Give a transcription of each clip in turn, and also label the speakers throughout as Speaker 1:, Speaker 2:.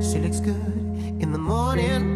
Speaker 1: She looks good in the morning.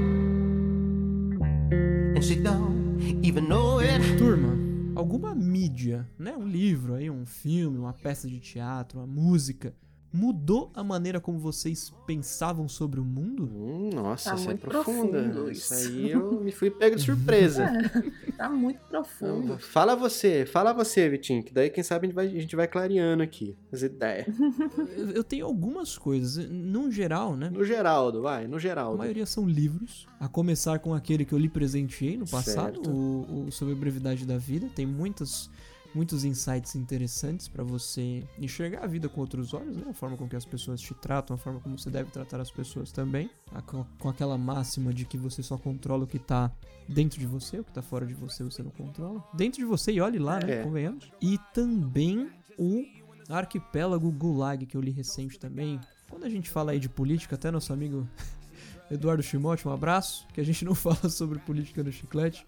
Speaker 1: And she don't even know it.
Speaker 2: Turma, alguma mídia, né? Um livro aí, um filme, uma peça de teatro, uma música, mudou a maneira como vocês pensavam sobre o mundo?
Speaker 3: Hum, nossa,
Speaker 4: Tá
Speaker 3: isso é
Speaker 4: muito
Speaker 3: profunda.
Speaker 4: profundo
Speaker 3: isso.
Speaker 4: isso.
Speaker 3: aí eu me fui pego de surpresa.
Speaker 4: É, tá muito
Speaker 3: Então,
Speaker 4: profundo.
Speaker 3: fala você, fala você, Vitinho, que daí quem sabe a gente vai, a gente vai clareando aqui as ideias.
Speaker 2: Eu eu tenho algumas coisas, num geral, né?
Speaker 3: No Geraldo, vai, no
Speaker 2: A
Speaker 3: Geraldo.
Speaker 2: maioria são livros, a começar com aquele que eu lhe presenteei no passado,
Speaker 3: Certo.
Speaker 2: o, o Sobre a Brevidade da Vida. Tem muitas, muitos insights interessantes pra você enxergar a vida com outros olhos, né? A forma com que as pessoas te tratam, a forma como você deve tratar as pessoas também. A- com, com aquela máxima de que você só controla o que tá dentro de você, o que tá fora de você você não controla. Dentro de você e olhe lá, né?
Speaker 3: É.
Speaker 2: Convenhamos. E também o Arquipélago Gulag, que eu li recente também. Quando a gente fala aí de política, até nosso amigo Eduardo Chimote, um abraço, que a gente não fala sobre política no chiclete,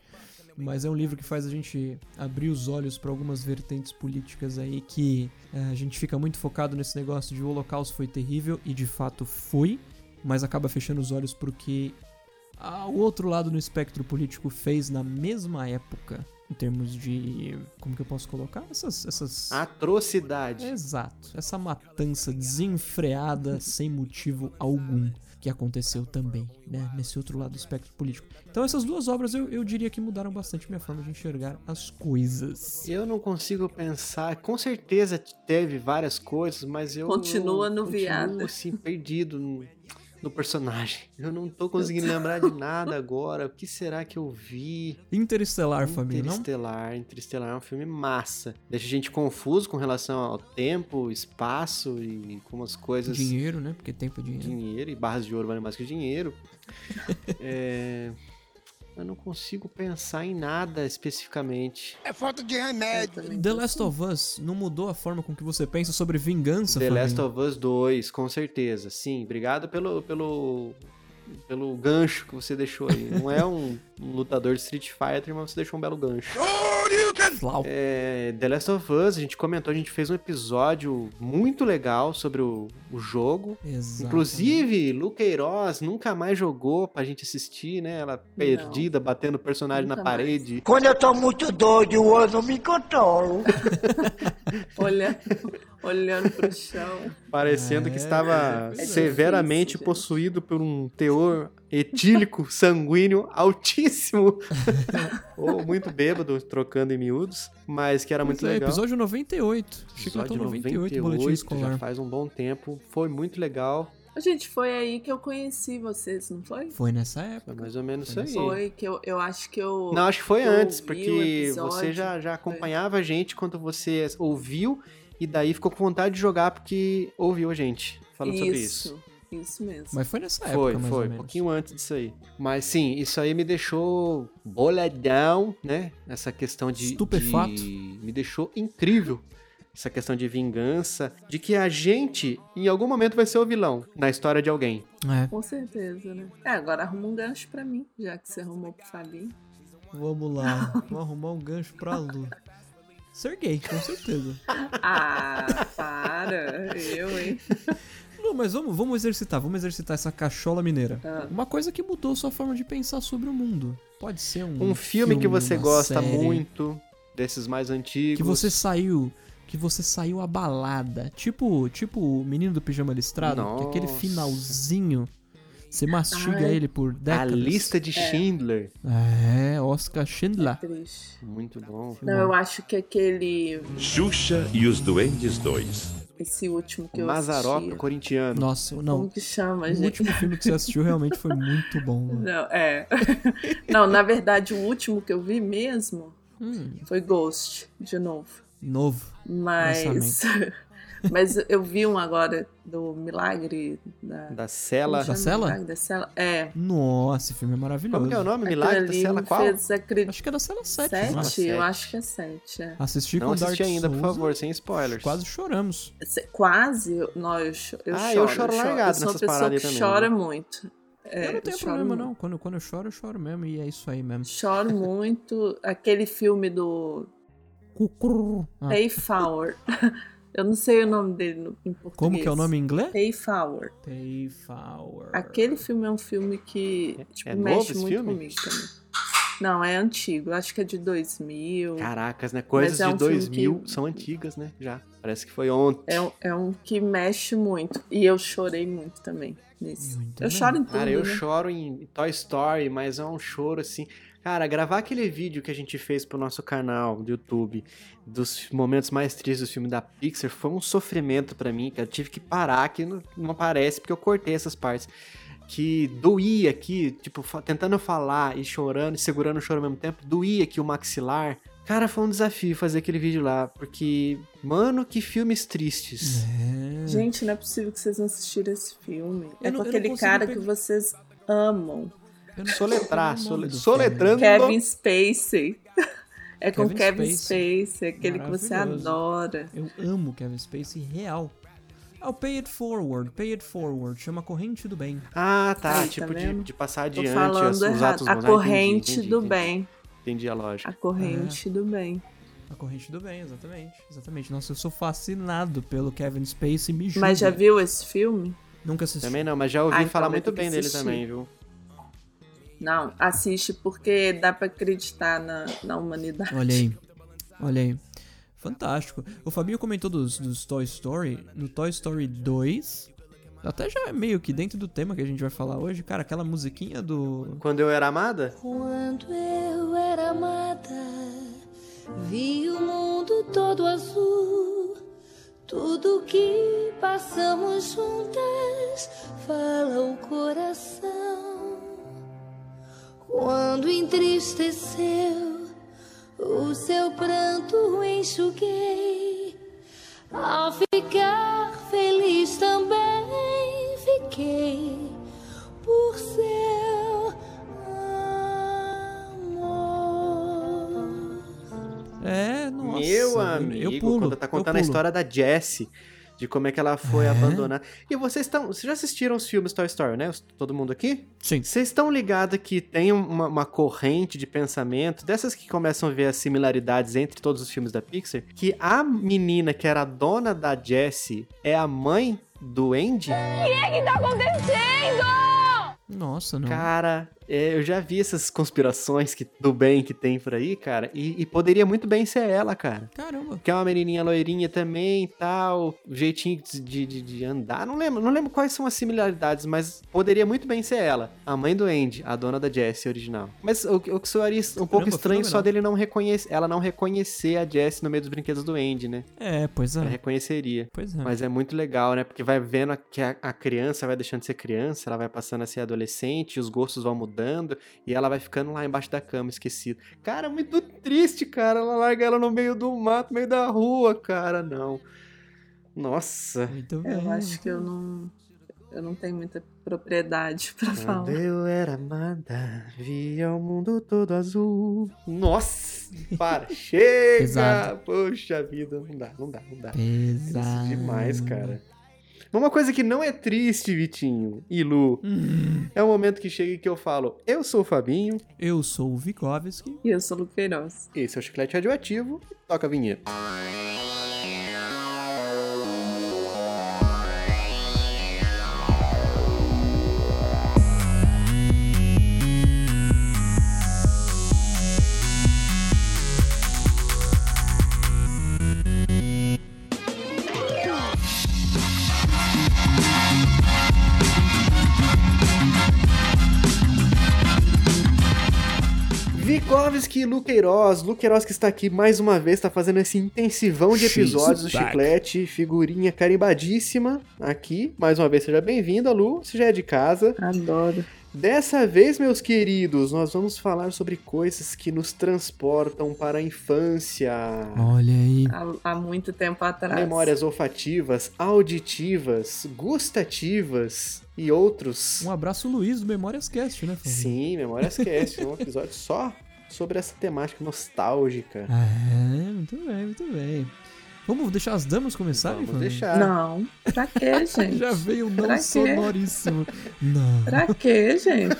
Speaker 2: mas é um livro que faz a gente abrir os olhos para algumas vertentes políticas aí que eh, a gente fica muito focado nesse negócio de o Holocausto foi terrível e de fato foi, mas acaba fechando os olhos pro que a- o outro lado no espectro político fez na mesma época, em termos de como que eu posso colocar essas essas
Speaker 3: Atrocidade.
Speaker 2: Exato. Essa matança desenfreada, sem motivo algum, que aconteceu também, né? Nesse outro lado do espectro político. Então essas duas obras eu, eu diria que mudaram bastante minha forma de enxergar as coisas.
Speaker 3: Eu não consigo pensar, com certeza teve várias coisas, mas eu.
Speaker 4: Continua anuviado.
Speaker 3: Continuo assim, perdido no, no personagem. Eu não tô conseguindo lembrar de nada agora. O que será que eu vi?
Speaker 2: Interestelar, família, não?
Speaker 3: Interestelar, Interestelar é um filme massa. Deixa a gente confuso com relação ao tempo, espaço e como as coisas.
Speaker 2: Dinheiro, né? Porque tempo é dinheiro.
Speaker 3: dinheiro, e barras de ouro valem mais que dinheiro. É, eu não consigo pensar em nada especificamente.
Speaker 2: É
Speaker 4: né,
Speaker 2: The Last of Us não mudou a forma com que você pensa sobre vingança,
Speaker 3: The
Speaker 2: família?
Speaker 3: Last of Us 2, com certeza. Sim, obrigado pelo, pelo, pelo gancho que você deixou aí. Não é um lutador de Street Fighter, mas você deixou um belo gancho.
Speaker 2: Flau.
Speaker 3: É, The Last of Us, a gente comentou, a gente fez um episódio muito legal sobre o, o jogo.
Speaker 2: Exato.
Speaker 3: Inclusive, Lu Queiroz nunca mais jogou pra gente assistir, né? Ela perdida, batendo o personagem na
Speaker 4: Nunca mais.
Speaker 3: parede.
Speaker 5: Quando eu tô muito doido, eu não me controlo.
Speaker 4: Olha, olhando pro chão.
Speaker 3: Parecendo
Speaker 2: É,
Speaker 3: que estava
Speaker 2: é
Speaker 3: severamente
Speaker 4: difícil, gente.
Speaker 3: possuído por um teor etílico sanguíneo altíssimo. Ou muito bêbado, trocando em miúdos. Mas que era muito
Speaker 2: Isso é,
Speaker 3: legal.
Speaker 2: episódio 98. Chicletão
Speaker 3: Episódio
Speaker 2: 98, boletim
Speaker 3: já
Speaker 2: escolar.
Speaker 3: faz um bom tempo. Foi muito legal.
Speaker 4: Gente, foi aí que eu conheci vocês, não foi?
Speaker 2: Foi nessa época.
Speaker 3: Foi É mais ou menos isso
Speaker 2: Foi
Speaker 3: aí.
Speaker 4: Foi que eu, eu acho que eu.
Speaker 3: Não, acho que foi
Speaker 4: eu
Speaker 3: antes,
Speaker 4: ouvi o
Speaker 3: porque
Speaker 4: episódio, né?
Speaker 3: você já, já acompanhava a gente quando você ouviu e daí ficou com vontade de jogar porque ouviu a gente falando sobre isso.
Speaker 4: isso. Isso mesmo.
Speaker 2: Mas foi nessa
Speaker 3: foi,
Speaker 2: época, É, mais
Speaker 3: foi,
Speaker 2: ou
Speaker 3: um
Speaker 2: menos.
Speaker 3: pouquinho antes disso aí. Mas sim, isso aí me deixou boladão, né? Essa questão de.
Speaker 2: Estupefato.
Speaker 3: de- Me deixou incrível. Essa questão de vingança, de que a gente, em algum momento, vai ser o vilão na história de alguém.
Speaker 2: É.
Speaker 4: Com certeza, né? É, agora arruma um gancho pra mim, já que você arrumou pro Fabinho.
Speaker 2: Vamos lá, vamos arrumar um gancho pra Lu. Ser gay, com certeza.
Speaker 4: Ah, para! Eu, hein?
Speaker 2: Lu, mas vamos, vamos exercitar, vamos exercitar essa cachola mineira.
Speaker 4: Ah.
Speaker 2: Uma coisa que mudou sua forma de pensar sobre o mundo. Pode ser um.
Speaker 3: Um filme que você
Speaker 2: uma
Speaker 3: gosta
Speaker 2: série,
Speaker 3: muito, desses mais antigos.
Speaker 2: Que você saiu. Que você saiu abalada. Tipo, tipo o menino do pijama listrado, que é aquele
Speaker 3: Nossa.
Speaker 2: finalzinho. Você mastiga
Speaker 4: Ai.
Speaker 2: ele por
Speaker 3: A
Speaker 2: décadas.
Speaker 3: lista de Schindler.
Speaker 2: É, Oscar Schindler.
Speaker 4: Triste.
Speaker 3: Muito bom.
Speaker 2: Tá
Speaker 4: Não, eu acho que aquele.
Speaker 6: Xuxa e os Duendes 2.
Speaker 4: Esse último que eu
Speaker 3: Mazarope,
Speaker 4: assisti.
Speaker 3: corintiano.
Speaker 2: Nossa, não.
Speaker 4: Como que chama,
Speaker 2: O
Speaker 4: gente?
Speaker 2: último filme que você assistiu realmente foi muito bom. mano.
Speaker 4: Não, é. Não, na verdade, o último que eu vi mesmo
Speaker 2: Hum,
Speaker 4: foi Ghost, de novo.
Speaker 2: novo.
Speaker 4: Mas. Mas eu vi um agora do Milagre da.
Speaker 3: Da Sela.
Speaker 2: Da
Speaker 4: Chama
Speaker 2: Cela?
Speaker 4: Milagre da Cela? É.
Speaker 2: Nossa, esse filme é maravilhoso.
Speaker 3: Como que é o nome?
Speaker 4: Aquilo
Speaker 3: Milagre da
Speaker 4: ali
Speaker 3: Sela
Speaker 4: me
Speaker 3: qual?
Speaker 4: Fez acreditar.
Speaker 2: Acho que é da cena 7.
Speaker 4: Sete?
Speaker 2: né?
Speaker 3: Ah, sete.
Speaker 4: Eu acho que é sete. é.
Speaker 2: Assisti
Speaker 3: Não
Speaker 2: com Dark
Speaker 3: assisti ainda, por
Speaker 2: Souls,
Speaker 3: favor, sem spoilers.
Speaker 2: Quase choramos.
Speaker 4: Se- Quase, eu- não, eu, cho- eu
Speaker 3: Ah,
Speaker 4: choro.
Speaker 3: eu choro largado
Speaker 4: Eu sou uma
Speaker 3: nessas
Speaker 4: pessoa
Speaker 3: paradas aí
Speaker 4: que
Speaker 3: também,
Speaker 4: chora
Speaker 3: né?
Speaker 4: muito. É,
Speaker 2: eu não tenho
Speaker 4: choro
Speaker 2: problema,
Speaker 4: muito.
Speaker 2: não. Quando, quando eu choro, eu choro mesmo. E é isso aí mesmo.
Speaker 4: Choro muito. Aquele filme do É
Speaker 2: Cucurru. Ah,
Speaker 4: Pay Power. Eu não sei o nome dele no- em português.
Speaker 2: Como que é o nome em inglês?
Speaker 4: Pay Forward.
Speaker 2: Payflower.
Speaker 4: Aquele filme é um filme que tipo,
Speaker 3: é novo
Speaker 4: mexe
Speaker 3: esse
Speaker 4: muito
Speaker 3: filme?
Speaker 4: comigo também. Não, é antigo. Acho que é de 2000.
Speaker 3: Caracas, né? Coisas
Speaker 4: é um
Speaker 3: de
Speaker 4: filme
Speaker 3: 2000
Speaker 4: que-
Speaker 3: são antigas, né? Já. Parece que foi ontem.
Speaker 4: É, um- é um que mexe muito. E eu chorei muito também nesse.
Speaker 2: Muito
Speaker 4: eu
Speaker 2: bem.
Speaker 4: choro em tudo,
Speaker 3: Cara, eu
Speaker 4: né?
Speaker 3: choro em Toy Story, mas é um choro assim. Cara, gravar aquele vídeo que a gente fez pro nosso canal do YouTube dos momentos mais tristes do filme da Pixar foi um sofrimento pra mim, que eu tive que parar, que não, não aparece, porque eu cortei essas partes. Que doía aqui, tipo, fa- tentando falar e chorando, e segurando o choro ao mesmo tempo, doía aqui o maxilar. Cara, foi um desafio fazer aquele vídeo lá, porque, mano, que filmes tristes.
Speaker 2: É.
Speaker 4: Gente, não é possível que vocês não assistiram esse filme.
Speaker 2: Eu
Speaker 4: é
Speaker 2: não- eu não
Speaker 4: com aquele
Speaker 2: consigo
Speaker 4: cara
Speaker 2: pe-
Speaker 4: que vocês amam.
Speaker 2: Eu não sei
Speaker 3: Soletrar,
Speaker 2: o nome
Speaker 3: sole-
Speaker 2: do
Speaker 3: soletrando.
Speaker 4: Kevin Spacey. É com
Speaker 2: Kevin
Speaker 4: Kevin
Speaker 2: Spacey.
Speaker 4: Spacey, aquele que você
Speaker 2: Maravilhoso.
Speaker 4: adora.
Speaker 2: filme. Eu amo Kevin Spacey real. É o Pay It Forward, Pay It Forward, chama Corrente do Bem.
Speaker 3: Ah, tá.
Speaker 4: Aí, tá
Speaker 3: tipo, de,
Speaker 4: vendo?
Speaker 3: de passar
Speaker 4: Tô
Speaker 3: adiante as-
Speaker 4: falando
Speaker 3: os atos bons. Ah,
Speaker 4: errado. A
Speaker 3: entendi,
Speaker 4: corrente
Speaker 3: entendi,
Speaker 4: do
Speaker 3: entendi. É.
Speaker 4: bem.
Speaker 3: Entendi a lógica.
Speaker 4: A corrente do bem.
Speaker 2: A Corrente do Bem, exatamente. Exatamente. Nossa, eu sou fascinado pelo Kevin Spacey, me julga.
Speaker 4: Mas já viu esse filme?
Speaker 2: Nunca assisti.
Speaker 3: Também não, mas já ouvi
Speaker 4: Ah, então
Speaker 3: falar
Speaker 4: vai
Speaker 3: muito
Speaker 4: ter que
Speaker 3: bem dele
Speaker 4: assistir.
Speaker 3: também, viu?
Speaker 4: Não, assiste porque dá pra acreditar na, na humanidade.
Speaker 2: Olha aí. Olha aí. Fantástico. O Fabinho comentou dos, dos Toy Story. No Toy Story 2. Até já é meio que dentro do tema que a gente vai falar hoje, cara, aquela musiquinha do.
Speaker 3: Quando eu era amada?
Speaker 7: Quando eu era amada, vi o mundo todo azul. Tudo que passamos juntas fala o coração. Quando entristeceu, o seu pranto enxuguei. Ao ficar feliz também fiquei por seu amor.
Speaker 2: É, nossa.
Speaker 3: Meu
Speaker 2: Eu
Speaker 3: amigo,
Speaker 2: pulo.
Speaker 3: quando tá
Speaker 2: eu
Speaker 3: contando a
Speaker 2: pulo.
Speaker 3: história da Jessie, de como é que ela foi abandonada. E vocês estão. Vocês já assistiram os filmes Toy Story, né? Os- Todo mundo aqui?
Speaker 2: Sim.
Speaker 3: Vocês estão ligados que tem um, uma, uma corrente de pensamento, dessas que começam a ver as similaridades entre todos os filmes da Pixar, que a menina que era a dona da Jessie é a mãe do Andy?
Speaker 2: Nossa, não.
Speaker 3: Cara, é, eu já vi essas conspirações que, do bem que tem por aí, cara, e, e poderia muito bem ser ela, cara.
Speaker 2: Caramba.
Speaker 3: Que é uma menininha loirinha também e tal, o jeitinho de, de, de andar, não lembro, não lembro quais são as similaridades, mas poderia muito bem ser ela, a mãe do Andy, a dona da Jessie original. Mas o, que- o que soaria um pouco estranho só
Speaker 2: fenomenal.
Speaker 3: dele não reconhecer, ela não reconhecer a Jessie no meio dos brinquedos do Andy, né?
Speaker 2: É, pois
Speaker 3: Ela
Speaker 2: é.
Speaker 3: reconheceria.
Speaker 2: Pois é.
Speaker 3: Mas é muito legal, né? Porque vai vendo a- que a, a criança vai deixando de ser criança, ela vai passando a ser adolescente, os gostos vão mudando e ela vai ficando lá embaixo da cama, esquecida. Cara, muito triste, cara. Ela larga ela no meio do mato, no meio da rua, cara, não. Nossa.
Speaker 2: Muito bem.
Speaker 4: Eu acho que eu não. Eu não tenho muita propriedade pra falar.
Speaker 3: Quando eu era amada, via o mundo todo azul. Nossa! Para, chega!
Speaker 2: Pesado.
Speaker 3: Poxa vida, não dá, não dá, não dá.
Speaker 2: Pesado.
Speaker 3: é Demais, cara. Uma coisa que não é triste, Vitinho e Lu,
Speaker 2: Hum,
Speaker 3: é o momento que chega e que eu falo: Eu sou o Fabinho,
Speaker 2: eu sou o Vikovski.
Speaker 4: E eu sou o Luqueiroz.
Speaker 3: esse é o Chiclete Radioativo, e toca a vinheta. Vikovski e Luqueiroz. Luqueiroz que está aqui mais uma vez, está fazendo esse intensivão de episódios do
Speaker 2: She's back.
Speaker 3: Chiclete, figurinha carimbadíssima aqui. Mais uma vez, seja bem-vinda, Lu, se já é de casa.
Speaker 4: Adoro.
Speaker 3: Dessa vez, meus queridos, nós vamos falar sobre coisas que nos transportam para a infância.
Speaker 2: Olha aí.
Speaker 4: Há, há muito tempo atrás.
Speaker 3: Memórias olfativas, auditivas, gustativas e outros.
Speaker 2: Um abraço, Luiz, do Memórias Cast, né? Fabinho?
Speaker 3: Sim, Memórias Cast, um episódio só sobre essa temática nostálgica.
Speaker 2: É, muito bem, muito bem. Vamos deixar as damas começarem?
Speaker 3: Vamos
Speaker 2: Fabinho?
Speaker 3: deixar.
Speaker 4: Não. Pra quê, gente?
Speaker 2: Já veio não
Speaker 4: Pra quê?
Speaker 2: sonoríssimo. Não.
Speaker 4: Pra quê, gente?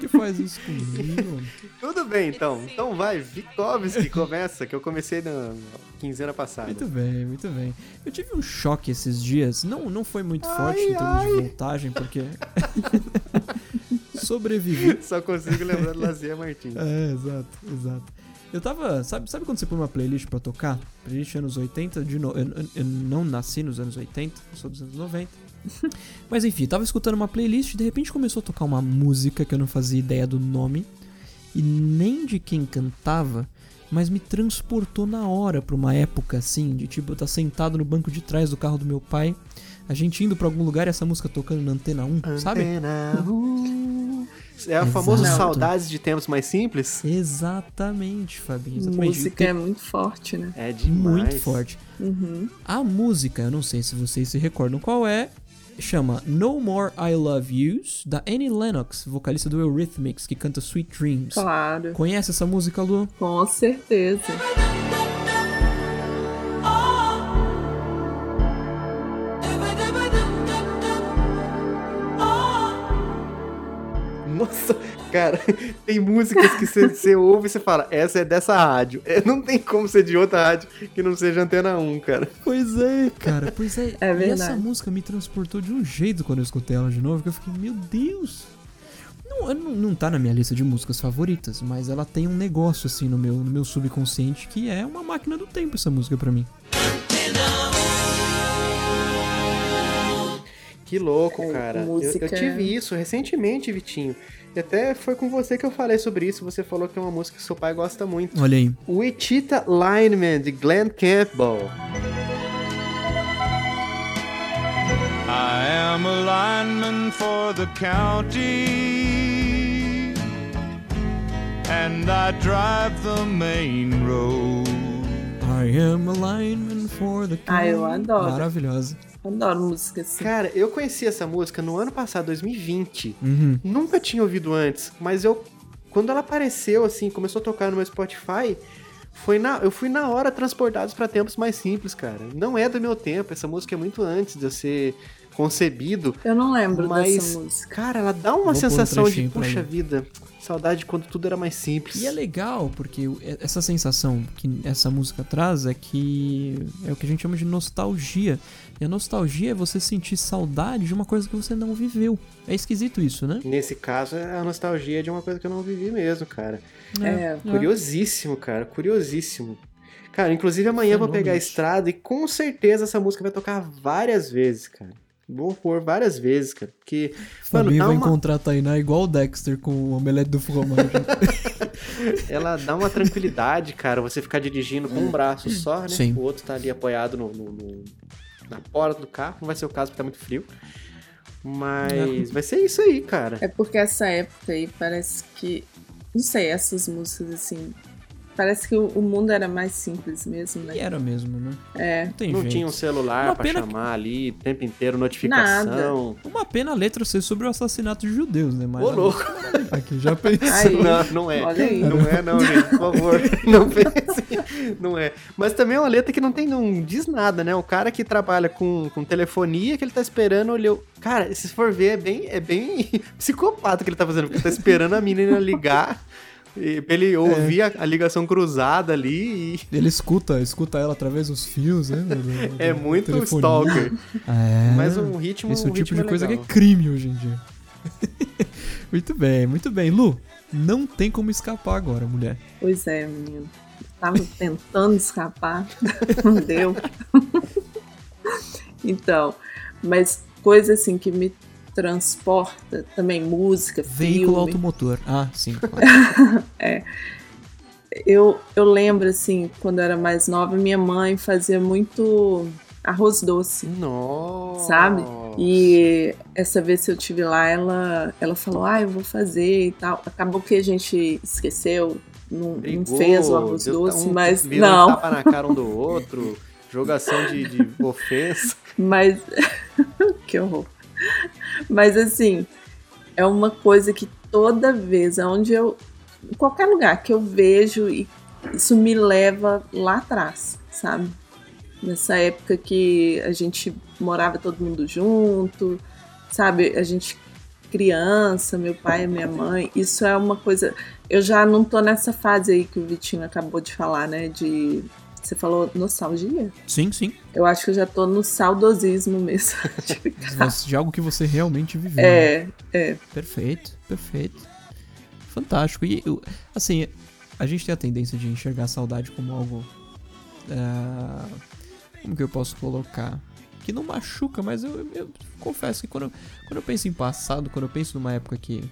Speaker 2: Que foi faz isso
Speaker 4: Tá
Speaker 2: comigo?
Speaker 3: Tudo bem, então. Então vai, Vikovski começa, que eu comecei na quinzena passada.
Speaker 2: Muito bem, muito bem. Eu tive um choque esses dias. Não, não foi muito forte em termos de voltagem, porque. Sobrevivi.
Speaker 3: Só consigo lembrar do Lazier Martins.
Speaker 2: É, exato, exato. Eu tava. Sabe, sabe quando você põe uma playlist pra tocar? Playlist anos 80, de no- eu, eu- eu não nasci nos anos 80, eu sou dos anos 90. Mas enfim, eu tava escutando uma playlist e de repente começou a tocar uma música que eu não fazia ideia do nome e nem de quem cantava, mas me transportou na hora pra uma época assim, de tipo, eu tá sentado no banco de trás do carro do meu pai, a gente indo pra algum lugar e essa música tocando na antena 1, sabe?
Speaker 3: Antena um. É o famoso
Speaker 2: Exato.
Speaker 3: saudades de tempos mais simples?
Speaker 2: Exatamente, Fabinho. Exatamente.
Speaker 4: Música é muito forte, né?
Speaker 3: É demais.
Speaker 2: Muito forte.
Speaker 4: Uhum.
Speaker 2: A música, eu não sei se vocês se recordam qual é, chama No More I Love Yous, da Annie Lennox, vocalista do Eurythmics, que canta Sweet Dreams.
Speaker 4: Claro,
Speaker 2: Conhece essa música, Lu?
Speaker 4: com certeza.
Speaker 7: Oh.
Speaker 3: Nossa, cara, tem músicas que você, você ouve e você fala, essa é dessa rádio. É, não tem como ser de outra rádio que não seja Antena 1, cara.
Speaker 2: Pois é, cara, pois é.
Speaker 4: É
Speaker 2: E essa
Speaker 4: verdade.
Speaker 2: música me transportou de um jeito quando eu escutei ela de novo, que eu fiquei, meu Deus! Não, eu não, não tá na minha lista de músicas favoritas, mas ela tem um negócio assim no meu, no meu subconsciente que é uma máquina do tempo essa música pra mim.
Speaker 3: Que louco, cara. Eu-
Speaker 4: música-
Speaker 3: Eu, tive isso recentemente, Vitinho. E até foi com você que eu falei sobre isso. Você falou que é uma música que seu pai gosta muito.
Speaker 2: Olha aí.
Speaker 3: Wichita Lineman, de Glenn Campbell.
Speaker 8: I am a lineman for the county, and I drive the main road.
Speaker 2: I am a lineman for the
Speaker 4: Ah, eu
Speaker 2: country.
Speaker 4: adoro.
Speaker 2: Maravilhosa.
Speaker 4: Adoro música assim.
Speaker 3: Cara, eu conheci essa música no ano passado, 2020.
Speaker 2: Uhum.
Speaker 3: Nunca tinha ouvido antes, mas eu quando ela apareceu assim, começou a tocar no meu Spotify, foi na, eu fui na hora transportado pra tempos mais simples, cara. Não é do meu tempo, essa música é muito antes de eu ser concebido,
Speaker 4: Eu não lembro
Speaker 3: mas
Speaker 4: dessa música.
Speaker 3: cara, ela dá uma
Speaker 2: Vou pôr um
Speaker 3: sensação de
Speaker 2: trechinho pra
Speaker 3: puxa
Speaker 2: mim."
Speaker 3: vida, saudade quando tudo era mais simples.
Speaker 2: E é legal, porque o- e- essa sensação que essa música traz é que é o que a gente chama de nostalgia. E a nostalgia é você sentir saudade de uma coisa que você não viveu. É esquisito isso, né?
Speaker 3: Nesse caso, é a nostalgia de uma coisa que eu não vivi mesmo, cara.
Speaker 4: É,
Speaker 3: Curiosíssimo, cara, curiosíssimo. Cara, inclusive
Speaker 2: é
Speaker 3: amanhã eu vou pegar a
Speaker 2: Fenômeno.
Speaker 3: estrada e com certeza essa música vai tocar várias vezes, cara. Vou pôr várias vezes, cara, porque, mano,
Speaker 2: Fabinho
Speaker 3: dá
Speaker 2: vai
Speaker 3: uma,
Speaker 2: encontrar a Tainá igual o Dexter com o omelete do fromage.
Speaker 3: ela dá uma tranquilidade, cara, você ficar dirigindo com um braço só, né?
Speaker 2: Sim.
Speaker 3: O outro tá ali apoiado no, no- no- na porta do carro, não vai ser o caso porque tá muito frio. Mas vai ser isso aí, cara.
Speaker 4: É porque essa época aí parece que. Não sei, essas músicas assim. Parece que o o mundo era mais simples mesmo,
Speaker 2: e
Speaker 4: né?
Speaker 2: era mesmo, né?
Speaker 4: É.
Speaker 2: Não tem
Speaker 3: não
Speaker 2: jeito.
Speaker 3: tinha um celular
Speaker 2: Uma
Speaker 3: pra
Speaker 2: pena que-
Speaker 3: chamar ali o tempo inteiro, notificação.
Speaker 2: Uma pena a letra ser sobre o assassinato de judeus, né? Mas
Speaker 3: um Ô, louco!
Speaker 2: aqui já pensei.
Speaker 4: Aí,
Speaker 3: Não, não é.
Speaker 4: Olha aí.
Speaker 3: Não é, não, gente. Por favor, não pense. Não é. Mas também é uma letra que não tem, não diz nada, né? O cara que trabalha com, com telefonia, que ele tá esperando, olhou. Cara, se for ver, é bem, é bem psicopata que ele tá fazendo, porque ele tá esperando a menina ligar. e Pra ele ouvir a, a ligação cruzada ali e.
Speaker 2: Ele escuta, escuta ela através dos fios, né? do- do-
Speaker 3: É
Speaker 2: do
Speaker 3: muito
Speaker 2: telefonia.
Speaker 3: stalker.
Speaker 2: É.
Speaker 3: Mas um ritmo.
Speaker 2: Esse é
Speaker 3: um
Speaker 2: o tipo
Speaker 3: ritmo
Speaker 2: de coisa
Speaker 3: legal.
Speaker 2: que é crime hoje em dia. muito bem, muito bem. Lu, não tem como escapar agora, mulher.
Speaker 4: Pois é, menino. Tava tentando escapar, não deu. então, mas coisa assim que me transporta, também música,
Speaker 2: Veículo
Speaker 4: filme.
Speaker 2: automotor. Ah, sim. Claro.
Speaker 4: Eu, eu lembro, assim, quando eu era mais nova, minha mãe fazia muito arroz doce.
Speaker 3: Nossa.
Speaker 4: sabe? E essa vez que eu tive lá, ela, ela falou, ah, eu vou fazer e tal. Acabou que a gente esqueceu, não, não
Speaker 3: Brigou,
Speaker 4: fez o arroz
Speaker 3: deu
Speaker 4: doce,
Speaker 3: um-
Speaker 4: mas
Speaker 3: virou um
Speaker 4: não,
Speaker 3: tapa na cara um do outro, jogação de, de ofensa.
Speaker 4: mas que horror. Mas assim, é uma coisa que toda vez, aonde eu, em qualquer lugar que eu vejo, e isso me leva lá atrás, sabe? Nessa época que a gente morava todo mundo junto, sabe? A gente criança, meu pai e minha mãe. Isso é uma coisa. Eu já não tô nessa fase aí que o Vitinho acabou de falar, né? De. Você falou nostalgia?
Speaker 2: Sim, sim.
Speaker 4: Eu acho que eu já tô no saudosismo mesmo.
Speaker 2: Você- De algo que você realmente viveu.
Speaker 4: é, é.
Speaker 2: Perfeito, perfeito. Fantástico. E, eu- assim, a gente tem a tendência de enxergar a saudade como algo. ah, como que eu posso colocar? Que não machuca, mas eu, eu- eu confesso que quando, eu- quando eu penso em passado, quando eu penso numa época que.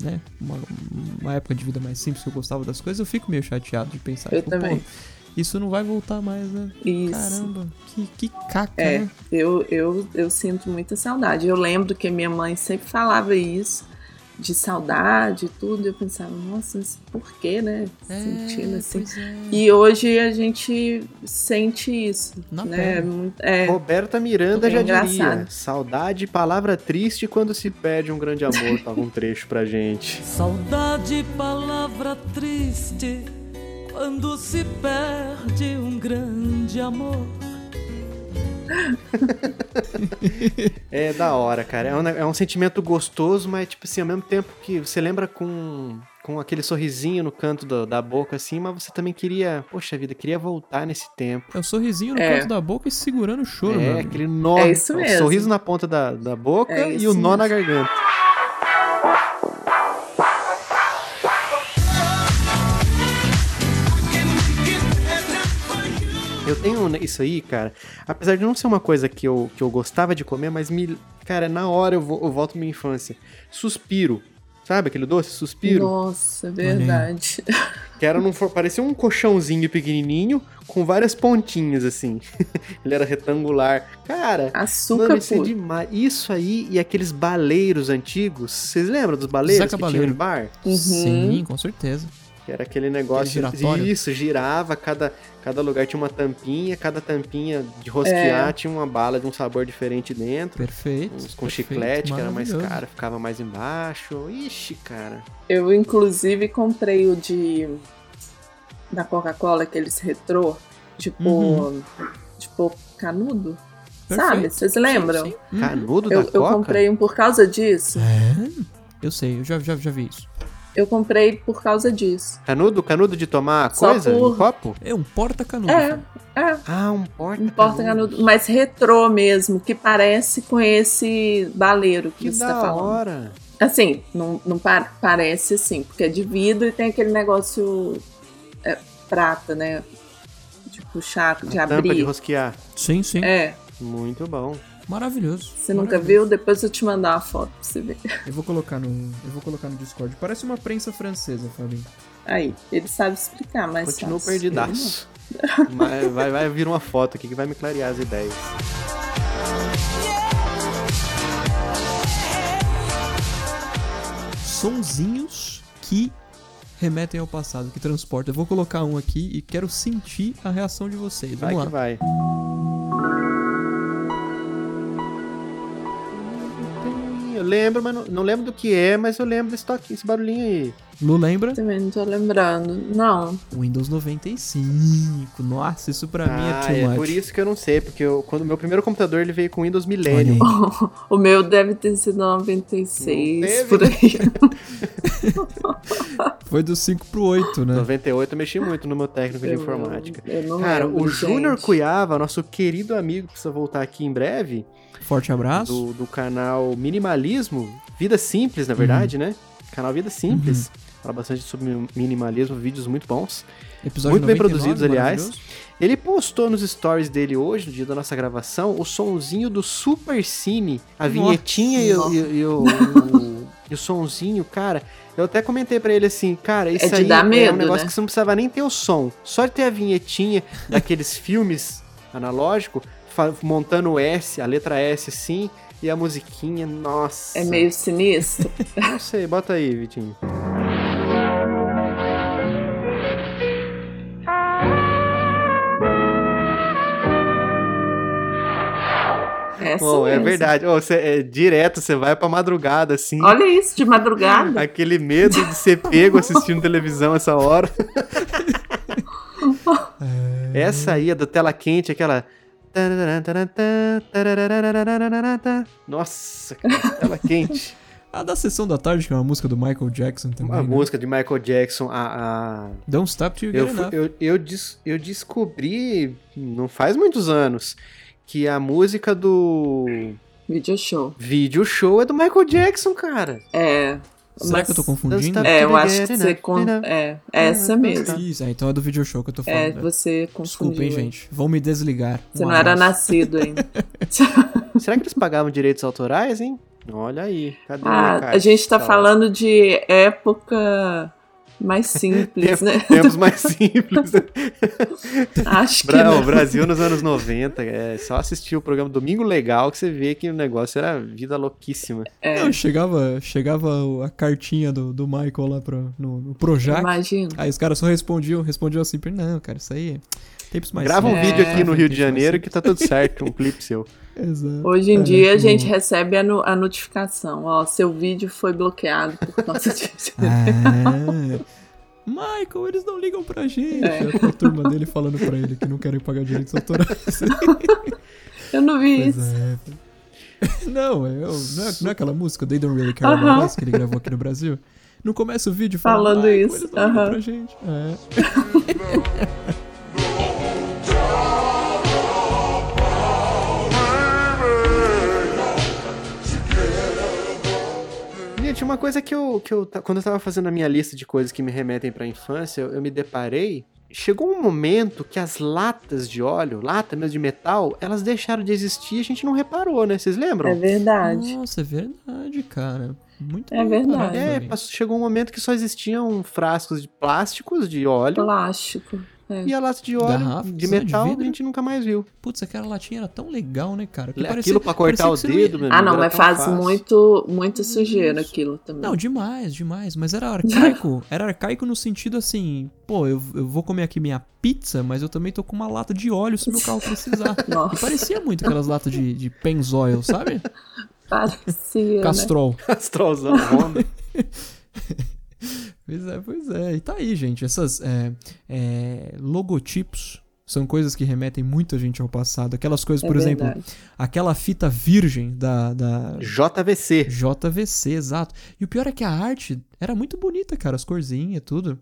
Speaker 2: Né? Uma, uma época de vida mais simples que eu gostava das coisas, eu fico meio chateado de pensar.
Speaker 4: Eu
Speaker 2: tipo, pô,
Speaker 4: também.
Speaker 2: isso não vai voltar mais, né?
Speaker 4: Isso.
Speaker 2: Caramba, que, que caca,
Speaker 4: É.
Speaker 2: né?
Speaker 4: Eu, eu, eu sinto muita saudade. Eu lembro que minha mãe sempre falava isso, de saudade e tudo. Eu pensava, nossa, mas por que, né? Sentindo assim.
Speaker 2: É, pois é.
Speaker 4: E hoje a gente sente isso.
Speaker 2: Na
Speaker 4: né?
Speaker 2: pele.
Speaker 4: Mu- É,
Speaker 3: Roberta Miranda
Speaker 4: É
Speaker 3: já diria:
Speaker 4: engraçado.
Speaker 3: saudade, palavra triste quando se perde um grande amor. Tava um trecho pra gente.
Speaker 9: Saudade, palavra triste, quando se perde um grande amor.
Speaker 3: É da hora, cara. É um, ne- é um sentimento gostoso, mas, tipo assim, ao mesmo tempo que você lembra com, com aquele sorrisinho no canto da- da boca, assim, mas você também queria, poxa vida, queria voltar nesse tempo.
Speaker 2: É o sorrisinho no
Speaker 4: É.
Speaker 2: canto da boca e segurando o choro,
Speaker 3: é,
Speaker 2: mano.
Speaker 3: aquele nó.
Speaker 4: É isso
Speaker 3: o
Speaker 4: mesmo.
Speaker 3: Sorriso na ponta da, da boca
Speaker 4: É
Speaker 3: e
Speaker 4: isso
Speaker 3: o nó
Speaker 4: mesmo.
Speaker 3: na garganta. Eu tenho um, isso aí, cara. Apesar de não ser uma coisa que eu, que eu gostava de comer, mas me. Cara, na hora eu, vo- eu volto à minha infância. Suspiro. Sabe aquele doce? Suspiro?
Speaker 4: nossa, é verdade.
Speaker 3: Que era num, for- parecia um colchãozinho pequenininho com várias pontinhas, assim. Ele era retangular. Cara,
Speaker 4: Açúcar
Speaker 3: isso é
Speaker 4: puro.
Speaker 3: demais. Isso aí e aqueles baleiros antigos. Vocês lembram dos baleiros
Speaker 2: Zeca
Speaker 3: que
Speaker 2: Baleiro.
Speaker 3: tinha no bar?
Speaker 4: Uhum.
Speaker 2: Sim, com certeza.
Speaker 3: Que era aquele negócio.
Speaker 2: Aquele giratório.
Speaker 3: Isso, girava, cada, cada lugar tinha uma tampinha, cada tampinha de
Speaker 4: É.
Speaker 3: rosquear tinha uma bala de um sabor diferente dentro.
Speaker 2: Perfeito.
Speaker 3: Uns com
Speaker 2: perfeito,
Speaker 3: chiclete, que era mais
Speaker 2: maravilhoso.
Speaker 3: caro, ficava mais embaixo. Ixi, cara.
Speaker 4: Eu, inclusive, comprei o de. da Coca-Cola, aqueles retrô, de pôr.
Speaker 3: Uhum.
Speaker 4: de pôr canudo. Sabe?
Speaker 2: Perfeito.
Speaker 4: Vocês lembram?
Speaker 2: Sim, sim.
Speaker 3: Canudo
Speaker 4: Eu,
Speaker 3: da
Speaker 4: eu
Speaker 3: Coca?
Speaker 4: comprei um por causa disso.
Speaker 2: É? Eu sei, eu já, já, já vi isso.
Speaker 4: Eu comprei por causa disso.
Speaker 3: Canudo? Canudo de tomar
Speaker 4: Só
Speaker 3: coisa?
Speaker 4: por-
Speaker 3: Um copo?
Speaker 2: É um porta-canudo.
Speaker 4: É,
Speaker 2: filho.
Speaker 4: é.
Speaker 3: Ah, um porta
Speaker 4: Um porta-canudo, mas retrô mesmo, que parece com esse baleiro que,
Speaker 3: Que
Speaker 4: você
Speaker 3: da
Speaker 4: tá falando.
Speaker 3: hora.
Speaker 4: Assim, não, não pa- parece assim, porque é de vidro e tem aquele negócio é, prata, né? De puxar, de
Speaker 3: Tampa de
Speaker 4: abrir.
Speaker 3: rosquear.
Speaker 2: Sim, sim.
Speaker 4: É,
Speaker 3: Muito bom.
Speaker 2: Maravilhoso.
Speaker 4: você nunca viu? Depois eu te mandar uma foto pra você ver.
Speaker 2: Eu vou colocar no. Eu vou colocar no Discord. Parece uma prensa francesa, Fabinho.
Speaker 4: Aí, ele sabe explicar, mas.
Speaker 3: Continuo
Speaker 4: fácil.
Speaker 3: perdidaço. Mas vai, vai vir uma foto aqui que vai me clarear as ideias.
Speaker 2: Sonzinhos que remetem ao passado, que transportam. Eu vou colocar um aqui e quero sentir a reação de vocês.
Speaker 3: Vai
Speaker 2: Vamos
Speaker 3: que
Speaker 2: lá.
Speaker 3: vai. Eu lembro, mas não, não lembro do que é, mas eu lembro desse toque, esse barulhinho aí.
Speaker 2: Lu lembra?
Speaker 4: Também Tá não tô lembrando. Não,
Speaker 2: Windows 95. Nossa, isso pra mim é
Speaker 3: ah,
Speaker 2: too
Speaker 3: é
Speaker 2: much.
Speaker 3: por isso que eu não sei, porque eu, quando meu primeiro computador ele veio com Windows
Speaker 2: Olha aí.
Speaker 3: Millennium.
Speaker 4: o meu deve ter sido 96,
Speaker 3: Não teve.
Speaker 4: por aí.
Speaker 2: Foi do 5 pro 8, né?
Speaker 3: 98 eu mexi muito no meu técnico de
Speaker 4: Eu não-
Speaker 3: informática.
Speaker 4: eu não
Speaker 3: Cara,
Speaker 4: lembro,
Speaker 3: o Júnior
Speaker 4: gente.
Speaker 3: Cuiava, nosso querido amigo, que precisa voltar aqui em breve,
Speaker 2: Forte abraço.
Speaker 3: do, do canal Minimalismo, Vida Simples, na verdade, né? Canal Vida Simples. Fala bastante sobre minimalismo, vídeos muito bons.
Speaker 2: Episódio
Speaker 3: muito bem
Speaker 2: 99,
Speaker 3: produzidos, aliás.
Speaker 2: maravilhoso.
Speaker 3: Ele postou nos stories dele hoje, no dia da nossa gravação, o sonzinho do Super Cine, a
Speaker 2: Nossa.
Speaker 3: vinhetinha e, o- e o- e o, e o sonzinho, cara. Eu até comentei pra ele assim, cara, isso
Speaker 4: de
Speaker 3: aí
Speaker 4: dar
Speaker 3: é um
Speaker 4: medo,
Speaker 3: negócio
Speaker 4: né?
Speaker 3: que você não precisava nem ter o som. Só de ter a vinhetinha daqueles filmes analógico, fa- montando o S, a letra S assim, e a musiquinha, nossa.
Speaker 4: É meio sinistro.
Speaker 3: Não sei, bota aí, Vitinho.
Speaker 4: Essa
Speaker 3: Oh, é
Speaker 4: mesmo.
Speaker 3: verdade. Oh, cê- é, direto, você vai pra madrugada, assim.
Speaker 4: Olha isso, de madrugada.
Speaker 3: Aquele medo de ser pego assistindo televisão essa hora. essa aí, a da tela quente, aquela. Nossa, cara, tela quente.
Speaker 2: A da Sessão da Tarde, que é uma música do Michael Jackson também.
Speaker 3: A
Speaker 2: né?
Speaker 3: música de Michael Jackson, a. a-
Speaker 2: Don't Stop Till You
Speaker 3: Eu,
Speaker 2: Get
Speaker 3: fui-
Speaker 2: Enough.
Speaker 3: eu, eu, des- eu descobri, não faz muitos anos, que a música do
Speaker 4: Video show.
Speaker 3: vídeo show é do Michael Jackson, cara.
Speaker 4: É.
Speaker 2: Será
Speaker 4: mas-
Speaker 2: que eu tô confundindo?
Speaker 3: Don't
Speaker 4: É, eu acho que
Speaker 3: Together,
Speaker 4: você.
Speaker 3: né?
Speaker 4: con- É, é essa
Speaker 3: Uhum,
Speaker 4: mesmo.
Speaker 3: tá.
Speaker 2: Isso, é, então é do video show que eu tô
Speaker 4: É,
Speaker 2: falando. né?
Speaker 4: você confundiu.
Speaker 2: Desculpa, hein, gente. Vão me desligar.
Speaker 4: Você
Speaker 2: Um
Speaker 4: não era
Speaker 2: abraço.
Speaker 4: nascido ainda.
Speaker 3: Será que eles pagavam direitos autorais, hein? Olha aí, cadê o
Speaker 4: Ah,
Speaker 3: recado?
Speaker 4: a gente tá
Speaker 3: Tá lá.
Speaker 4: falando de época mais simples, né?
Speaker 3: Tempos mais simples. né?
Speaker 4: Acho que
Speaker 3: Bra-
Speaker 4: não.
Speaker 3: o Brasil nos anos 90, é só assistir o programa Domingo Legal que você vê que o negócio era vida louquíssima.
Speaker 2: Não, chegava, chegava o- a cartinha do, do Michael lá pro, no, no Projac.
Speaker 4: Imagina.
Speaker 2: Aí os caras só respondiam, respondiam assim, não, cara, isso aí é tempos mais
Speaker 3: Grava um
Speaker 2: simples.
Speaker 3: vídeo aqui no Rio de
Speaker 2: Tempos mais
Speaker 3: Janeiro que tá tudo certo, um clipe seu.
Speaker 2: Exato.
Speaker 4: Hoje em
Speaker 2: É,
Speaker 4: dia a
Speaker 2: tipo-
Speaker 4: gente recebe a, no- a notificação, ó, seu vídeo foi bloqueado por nossa
Speaker 2: Ah, Michael, eles não ligam pra gente.
Speaker 4: É.
Speaker 2: A turma dele falando pra ele que não querem pagar direitos autorais.
Speaker 4: Eu não vi
Speaker 2: Pois
Speaker 4: isso.
Speaker 2: é. Não, é, eu- não, é, não é aquela música They Don't Really Care About
Speaker 4: Aham.
Speaker 2: Us que ele gravou aqui no Brasil? Não começa o vídeo
Speaker 4: Falando
Speaker 2: falando, "Michael,
Speaker 4: isso,
Speaker 2: Eles não ligam
Speaker 4: aham.
Speaker 2: pra gente. É.
Speaker 3: Gente, uma coisa que eu, que eu ta- quando eu tava fazendo a minha lista de coisas que me remetem pra infância, eu, eu me deparei. Chegou um momento que as latas de óleo, lata mesmo de metal, elas deixaram de existir e a gente não reparou, né? Vocês lembram?
Speaker 4: É verdade.
Speaker 2: Nossa, é verdade, cara. Muito né?
Speaker 4: É
Speaker 2: bom,
Speaker 4: verdade.
Speaker 2: parabéns,
Speaker 3: É,
Speaker 2: velho.
Speaker 3: passou- chegou um momento que só existiam frascos de plásticos, de
Speaker 2: Ah,
Speaker 3: óleo,
Speaker 4: Plástico. é.
Speaker 3: e a lata de óleo
Speaker 2: Garrafas,
Speaker 3: de
Speaker 2: né, de
Speaker 3: metal
Speaker 2: vidro.
Speaker 3: a gente nunca mais viu.
Speaker 2: Putz, aquela latinha era tão legal, né, cara? Que
Speaker 3: Aquilo
Speaker 2: parecia-
Speaker 3: pra cortar
Speaker 2: parecia
Speaker 3: o
Speaker 2: que você não é ia-
Speaker 3: dedo, meu
Speaker 4: Ah, não,
Speaker 3: era
Speaker 4: mas
Speaker 3: tão
Speaker 4: faz
Speaker 3: fácil.
Speaker 4: muito, muito sujeira aquilo também.
Speaker 2: Não, demais, demais. Mas era arcaico. Era arcaico no sentido assim, pô, eu, eu vou comer aqui minha pizza, mas eu também tô com uma lata de óleo se meu carro precisar. E
Speaker 4: Nossa,
Speaker 2: parecia muito aquelas latas de, de Pennzoil, sabe?
Speaker 4: Né? parecia, né?
Speaker 2: Castrol.
Speaker 3: Castrolzão, Honda.
Speaker 2: Pois é, pois é. E tá aí, gente. Essas é, é, logotipos são coisas que remetem muito a gente ao passado. Aquelas coisas,
Speaker 4: É
Speaker 2: por exemplo,
Speaker 4: verdade.
Speaker 2: aquela fita virgem da, da
Speaker 3: JVC.
Speaker 2: JVC, exato. E o pior é que a arte era muito bonita, cara. As corzinhas, tudo.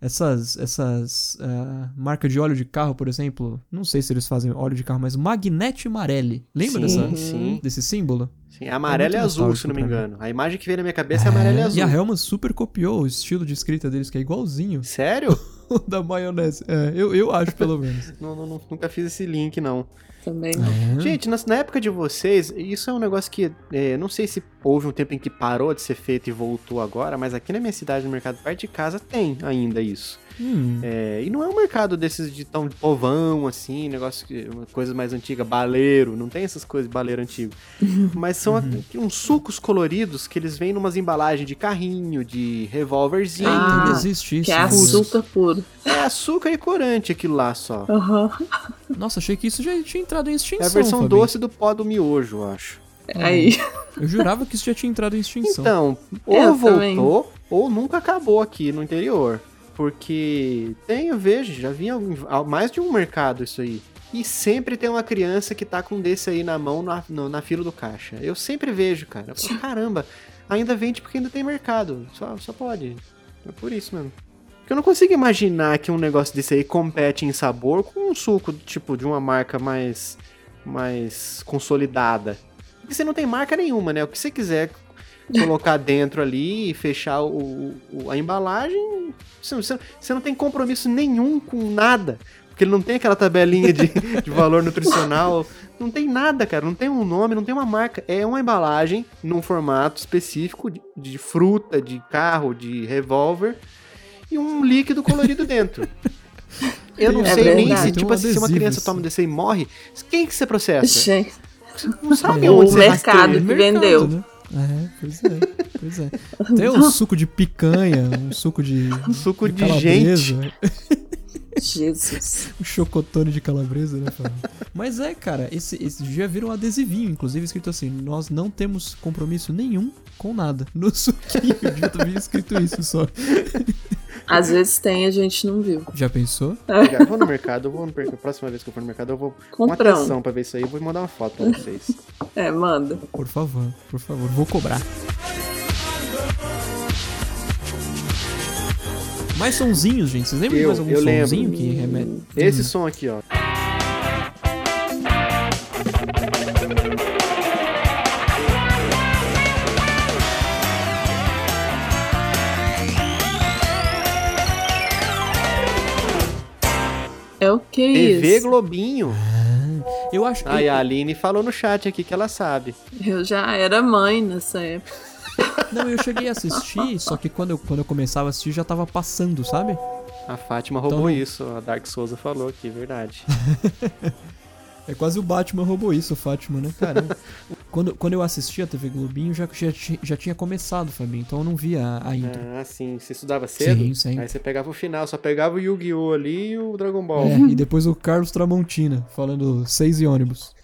Speaker 2: Essas, essas ah, marca de óleo de carro, por exemplo. Não sei se eles fazem óleo de carro, mas Magnete Marelli. Lembra
Speaker 3: sim,
Speaker 2: dessa,
Speaker 3: sim,
Speaker 2: desse símbolo?
Speaker 3: sim. Amarelo
Speaker 2: É
Speaker 3: e
Speaker 2: muito
Speaker 3: azul, se
Speaker 2: nostálgico
Speaker 3: não me
Speaker 2: pra mim.
Speaker 3: engano. A imagem que veio na minha cabeça é amarelo e azul.
Speaker 2: E a Helman super copiou o estilo de escrita deles, que é igualzinho
Speaker 3: Sério?
Speaker 2: o da maionese. É, eu, eu acho, pelo menos. É.
Speaker 3: Não- não- não- nunca fiz esse link, não.
Speaker 4: Também.
Speaker 2: Ah,
Speaker 3: Gente, nas- na, época de vocês, isso é um negócio que. é, não sei se houve um tempo em que parou de ser feito e voltou agora, mas aqui na minha cidade, no mercado perto de casa, tem ainda isso.
Speaker 2: Hum,
Speaker 3: É, e não é um mercado desses de tão povão, assim, negócio que. uma coisa mais antiga, baleiro, não tem essas coisas de baleiro antigo. mas são aqui uns sucos coloridos que eles vêm numas embalagens de carrinho, de revólverzinho.
Speaker 4: Ah,
Speaker 2: ainda existe isso.
Speaker 4: Que é
Speaker 2: meu Deus.
Speaker 4: açúcar puro.
Speaker 3: É açúcar e corante aquilo lá só.
Speaker 4: Aham.
Speaker 2: Nossa, achei que isso já tinha entrado em
Speaker 3: É
Speaker 2: extinção.
Speaker 3: a versão
Speaker 2: Fabi.
Speaker 3: doce do pó do miojo, eu acho.
Speaker 4: é
Speaker 2: Ah,
Speaker 4: Aí.
Speaker 2: Eu jurava que isso já tinha entrado em extinção.
Speaker 3: Então, ou
Speaker 4: É, Eu
Speaker 3: voltou,
Speaker 4: também.
Speaker 3: ou nunca acabou aqui no interior. Porque tem, eu vejo, já vi em al- mais de um mercado isso aí. E sempre tem uma criança que tá com um desse aí na mão, na, no- na fila do caixa. Eu sempre vejo, cara. Eu falo, caramba, ainda vende porque ainda tem mercado. Só, só pode. É por isso mesmo. Porque eu não consigo imaginar que um negócio desse aí compete em sabor com um suco, tipo, de uma marca mais, mais consolidada. Porque você não tem marca nenhuma, né? O que você quiser colocar dentro ali e fechar o, o- a embalagem, você, você- você não tem compromisso nenhum com nada. Porque ele não tem aquela tabelinha de, de valor nutricional. Não tem nada, cara. Não tem um nome, não tem uma marca. É uma embalagem num formato específico de, de fruta, de carro, de revólver e um líquido colorido dentro. Eu não
Speaker 4: É
Speaker 3: sei nem
Speaker 4: verdade.
Speaker 3: se,
Speaker 2: Tem
Speaker 3: tipo
Speaker 2: um
Speaker 3: assim, se uma
Speaker 2: adesivo,
Speaker 3: criança
Speaker 2: sim.
Speaker 3: toma desse e morre, quem que você processa?
Speaker 4: Gente,
Speaker 3: Não sabe
Speaker 2: É.
Speaker 3: onde
Speaker 4: O
Speaker 3: você
Speaker 4: mercado.
Speaker 3: rastreia.
Speaker 4: que vendeu.
Speaker 2: né? É, pois é, pois é. Tem um suco de picanha, um suco de.
Speaker 3: Suco de gente.
Speaker 2: calabresa,
Speaker 4: Jesus.
Speaker 2: um chocotone de calabresa, né, Fábio? Mas é, cara, esse, esse dia vira um adesivinho, inclusive escrito assim: Nós não temos compromisso nenhum com nada. No suquinho, devia ter visto escrito isso só.
Speaker 4: Às vezes tem, a gente não viu.
Speaker 2: Já pensou?
Speaker 3: Cara, eu vou no mercado, eu vou no mercado. A próxima vez que eu for no mercado, eu vou com
Speaker 4: Comprão.
Speaker 3: atenção pra ver isso aí.
Speaker 2: Hum.
Speaker 3: Eu vou mandar uma foto pra vocês.
Speaker 4: É, manda.
Speaker 2: Por favor, por favor, vou cobrar. Mais sonzinhos, gente. Vocês lembram de
Speaker 3: Eu-
Speaker 2: mais algum
Speaker 3: eu lembro.
Speaker 2: sonzinho que remete?
Speaker 3: Esse som aqui,
Speaker 4: É
Speaker 3: ó.
Speaker 4: É o que
Speaker 3: TV
Speaker 4: isso?
Speaker 3: Globinho.
Speaker 2: Eu acho que.
Speaker 3: Aí a Aline falou no chat aqui que ela sabe.
Speaker 4: Eu já era mãe nessa época.
Speaker 2: Não, eu cheguei a assistir, só que quando eu, quando eu começava a assistir já tava passando, sabe?
Speaker 3: A Fátima roubou
Speaker 2: Então-
Speaker 3: isso, a Dark Souza falou aqui, verdade.
Speaker 2: É quase o Batman roubou isso, o Fátima, né? Caramba. quando, quando eu assisti a TV Globinho, já, já, ti- já tinha começado, Fabinho, então eu não via a, a intro.
Speaker 3: ah, sim. Você estudava cedo?
Speaker 2: Sim, sempre.
Speaker 3: Aí você pegava o final, só pegava o Yu-Gi-Oh! ali e o Dragon Ball.
Speaker 2: É, e depois o Carlos Tramontina, falando seis e ônibus.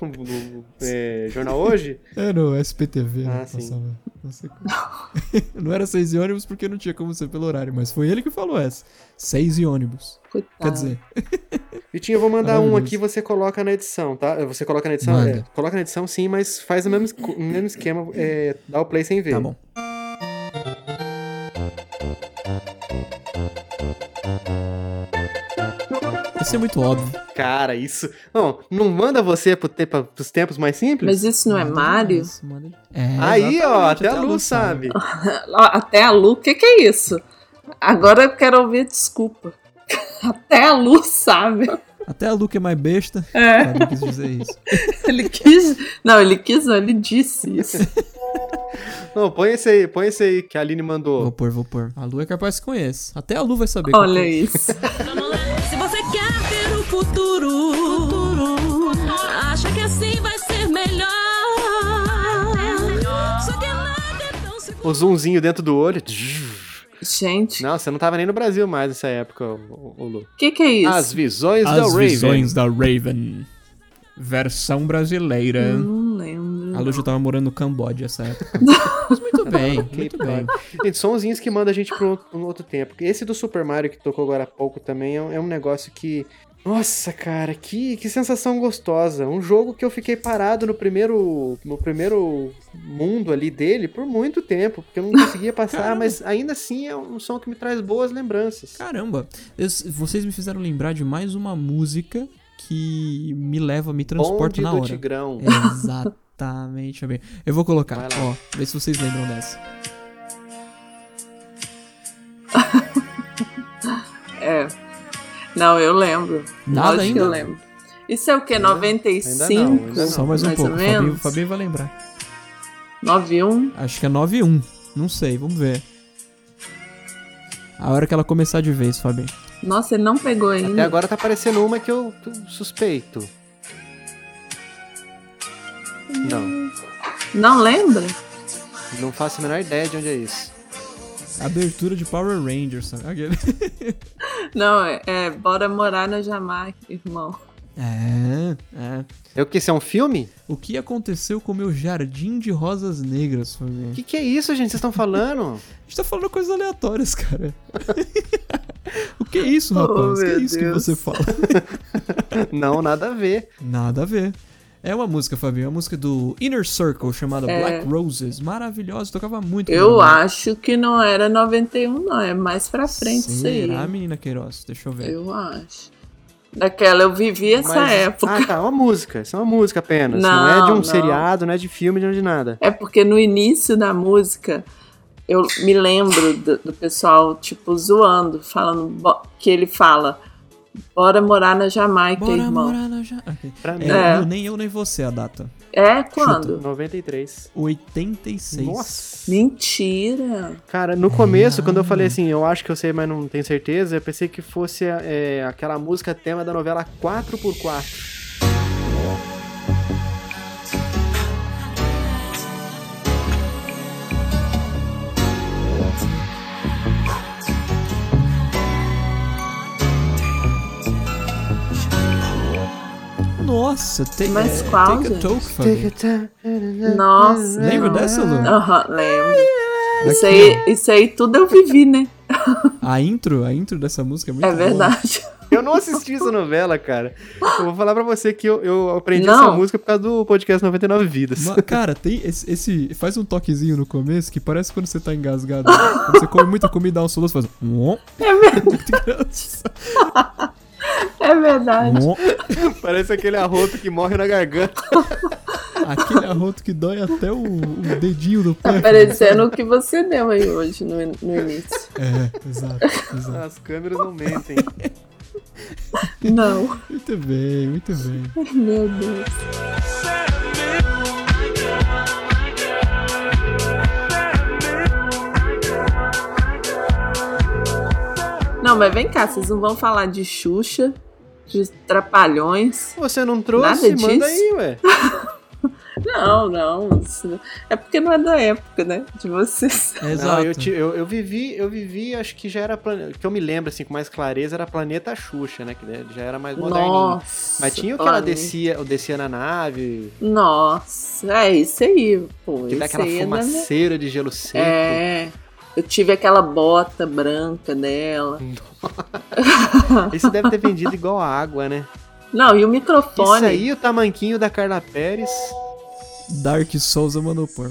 Speaker 3: No, é, jornal hoje?
Speaker 2: É, no SPTV. né,
Speaker 3: Ah, sim.
Speaker 2: passava. Não, sei como. não era seis e ônibus porque não tinha como ser pelo horário, mas foi ele que falou essa. Seis e ônibus.
Speaker 4: Coitado.
Speaker 2: Quer dizer,
Speaker 3: Vitinho, eu vou mandar um
Speaker 2: Maravilhoso.
Speaker 3: aqui você coloca na edição, tá? Você coloca na edição?
Speaker 2: Manda.
Speaker 3: É, coloca na edição sim, mas faz o mesmo, esco- o mesmo esquema, é, dá o play sem ver.
Speaker 2: tá bom. Isso é muito óbvio.
Speaker 3: Cara, isso. Não, não manda você pro te- pra- pros tempos mais simples?
Speaker 4: Mas isso não é
Speaker 2: Manda
Speaker 4: Mario?
Speaker 2: demais, manda de- É,
Speaker 3: Aí, ó,
Speaker 2: exatamente,
Speaker 3: até a Lu sabe.
Speaker 4: Até a Lu, o que, que é isso? Agora eu quero ouvir desculpa. Até a Lu sabe.
Speaker 2: Até a Lu que é mais besta,
Speaker 4: É,
Speaker 2: sabe o que quis dizer isso.
Speaker 4: ele quis. Não, ele quis, não, ele disse isso.
Speaker 3: Não, põe esse aí, põe esse aí que a Aline mandou.
Speaker 2: Vou pôr, vou pôr. A Lu é capaz que conhece. Até a Lu vai saber. é.
Speaker 4: Olha
Speaker 2: aí.
Speaker 4: isso.
Speaker 9: Se você quer ter um futuro, acha que assim vai ser melhor. Só que nada é tão seguro.
Speaker 3: O zoomzinho dentro do olho.
Speaker 4: Gente,
Speaker 3: Não, você não tava nem no Brasil mais nessa época, o, o Lu.
Speaker 4: o que, que é isso?
Speaker 3: As visões da Raven.
Speaker 2: da Raven. Versão brasileira.
Speaker 4: Eu não lembro.
Speaker 2: A Lu já tava morando no Camboja essa época. Mas muito bem, muito bem.
Speaker 3: Gente, sonzinhos que manda a gente pra um, pra um outro tempo. Esse do Super Mario que tocou agora há pouco também é um, é um negócio que. Nossa, cara, que, que sensação gostosa. Um jogo que eu fiquei parado no primeiro, no primeiro mundo ali dele por muito tempo, porque eu não conseguia passar, mas ainda assim é um som que me traz boas lembranças.
Speaker 2: Caramba, es- vocês me fizeram lembrar de mais uma música que me leva, me transporta
Speaker 3: Bonde
Speaker 2: na
Speaker 3: do
Speaker 2: hora.
Speaker 3: Tigrão.
Speaker 2: Exatamente, Fabinho. Eu vou colocar,
Speaker 3: Vai lá.
Speaker 2: ó, vê se vocês lembram dessa.
Speaker 4: É. Não, eu lembro.
Speaker 2: Nada
Speaker 4: Lógico
Speaker 2: ainda?
Speaker 4: que eu lembro. Isso é o quê? 95?
Speaker 3: ainda não.
Speaker 2: Só mais um
Speaker 4: mais
Speaker 2: pouco,
Speaker 4: ou
Speaker 2: o Fabinho,
Speaker 4: menos.
Speaker 2: Fabinho vai lembrar.
Speaker 4: 91?
Speaker 2: Acho que é 9-1, não sei, vamos ver. A hora que ela começar de vez, Fabinho.
Speaker 4: Nossa, ele não pegou
Speaker 2: É
Speaker 3: Até
Speaker 4: ainda.
Speaker 3: agora tá aparecendo uma que eu suspeito. Não,
Speaker 4: Não lembra?
Speaker 3: não faço a menor ideia de onde é isso.
Speaker 2: Abertura de Power Rangers, sabe? Aquele-
Speaker 4: Não, é, é Bora Morar na Jamaica, irmão.
Speaker 2: É, é.
Speaker 3: É o que? Isso é um filme?
Speaker 2: O que aconteceu com o meu jardim de rosas negras, Fabinho?
Speaker 3: O que, que é isso, gente? Vocês estão falando?
Speaker 2: A gente tá falando coisas aleatórias, cara. o que é isso,
Speaker 4: Oh,
Speaker 2: rapaz? O que é
Speaker 4: meu
Speaker 2: isso que
Speaker 4: Deus.
Speaker 2: você fala?
Speaker 3: não, nada a ver.
Speaker 2: Nada a ver. É uma música, Fabinho, é uma música do Inner Circle chamada
Speaker 4: É.
Speaker 2: Black Roses. Maravilhosa, tocava muito.
Speaker 4: Eu
Speaker 2: quando era
Speaker 4: acho que não era 91, não. É mais pra frente isso
Speaker 2: Será,
Speaker 4: aí.
Speaker 2: menina Queiroz? Deixa eu ver.
Speaker 4: Eu acho. Daquela, eu vivi essa
Speaker 3: Mas-
Speaker 4: época.
Speaker 3: Ah, tá. Uma música. Isso é uma música apenas. Não,
Speaker 4: Não,
Speaker 3: é de um
Speaker 4: não.
Speaker 3: seriado, não é de filme, não é de nada.
Speaker 4: É porque no início da música eu me lembro do, do pessoal, tipo, zoando, falando bo- que ele fala: Bora morar na Jamaica,
Speaker 2: Bora
Speaker 4: irmão.
Speaker 2: morar na ja... Ok.
Speaker 3: Pra mim,
Speaker 2: É,
Speaker 4: É.
Speaker 2: eu- nem eu, nem você a data.
Speaker 4: É quando?
Speaker 3: 93.
Speaker 2: 86.
Speaker 3: Nossa.
Speaker 4: Mentira!
Speaker 3: Cara, no começo, quando eu falei assim, eu acho que eu sei, mas não tenho certeza, eu pensei que fosse é, aquela música tema da novela 4x4.
Speaker 2: Nossa, take,
Speaker 4: Mas qual,
Speaker 2: take a
Speaker 4: gente?
Speaker 2: toke, Fabinho. É,
Speaker 4: Nossa!
Speaker 2: Lembra dessa, Lu?
Speaker 4: Aham, lembro. Isso aí, isso aí tudo eu vivi, né?
Speaker 2: A intro, a intro dessa música é muito
Speaker 4: É
Speaker 2: boa.
Speaker 4: verdade.
Speaker 3: Eu não assisti essa novela, cara. Eu vou falar pra você que eu, eu aprendi
Speaker 4: Não.
Speaker 3: essa música por causa do podcast 99 Vidas.
Speaker 2: Ma- Cara, tem esse, esse- Faz um toquezinho no começo que parece quando você tá engasgado. Quando você come muita comida, dá um soluço, faz. um- um-
Speaker 4: É, ver- é verdade.
Speaker 2: um-
Speaker 3: Parece aquele arroto que morre na garganta.
Speaker 2: Aquele arroto que dói até o, o dedinho do
Speaker 4: Tá
Speaker 2: pé.
Speaker 4: parecendo o que você deu aí hoje no, no início.
Speaker 2: É, exato, exato.
Speaker 3: As câmeras não mentem.
Speaker 4: Não.
Speaker 2: Muito bem, muito bem.
Speaker 4: Meu Deus. Não, mas vem cá, vocês não vão falar de Xuxa, de Trapalhões.
Speaker 3: Você não
Speaker 4: Nada
Speaker 3: trouxe?
Speaker 4: disso.
Speaker 3: Manda aí, ué.
Speaker 4: Não, não. isso- É porque não é da época, né? De vocês.
Speaker 2: Exato.
Speaker 3: Não, eu, ti- eu- eu vivi, eu vivi, acho que já era. plane- Que eu me lembro, assim, com mais clareza, era Planeta Xuxa, né? Que né, já era mais moderninho.
Speaker 4: Nossa.
Speaker 3: Mas tinha o que ela
Speaker 4: olha.
Speaker 3: descia, eu descia na nave,
Speaker 4: Nossa, é isso aí, pô.
Speaker 3: que dá
Speaker 4: isso
Speaker 3: aquela
Speaker 4: aí é da minha-
Speaker 3: fumaceira de gelo seco.
Speaker 4: É. Eu tive aquela bota branca dela.
Speaker 3: Esse deve ter vendido igual a água, né?
Speaker 4: Não, e o
Speaker 3: Isso
Speaker 4: microfone.
Speaker 3: aí, o tamanquinho da Carla Pérez.
Speaker 2: Dark Souza mandou pôr.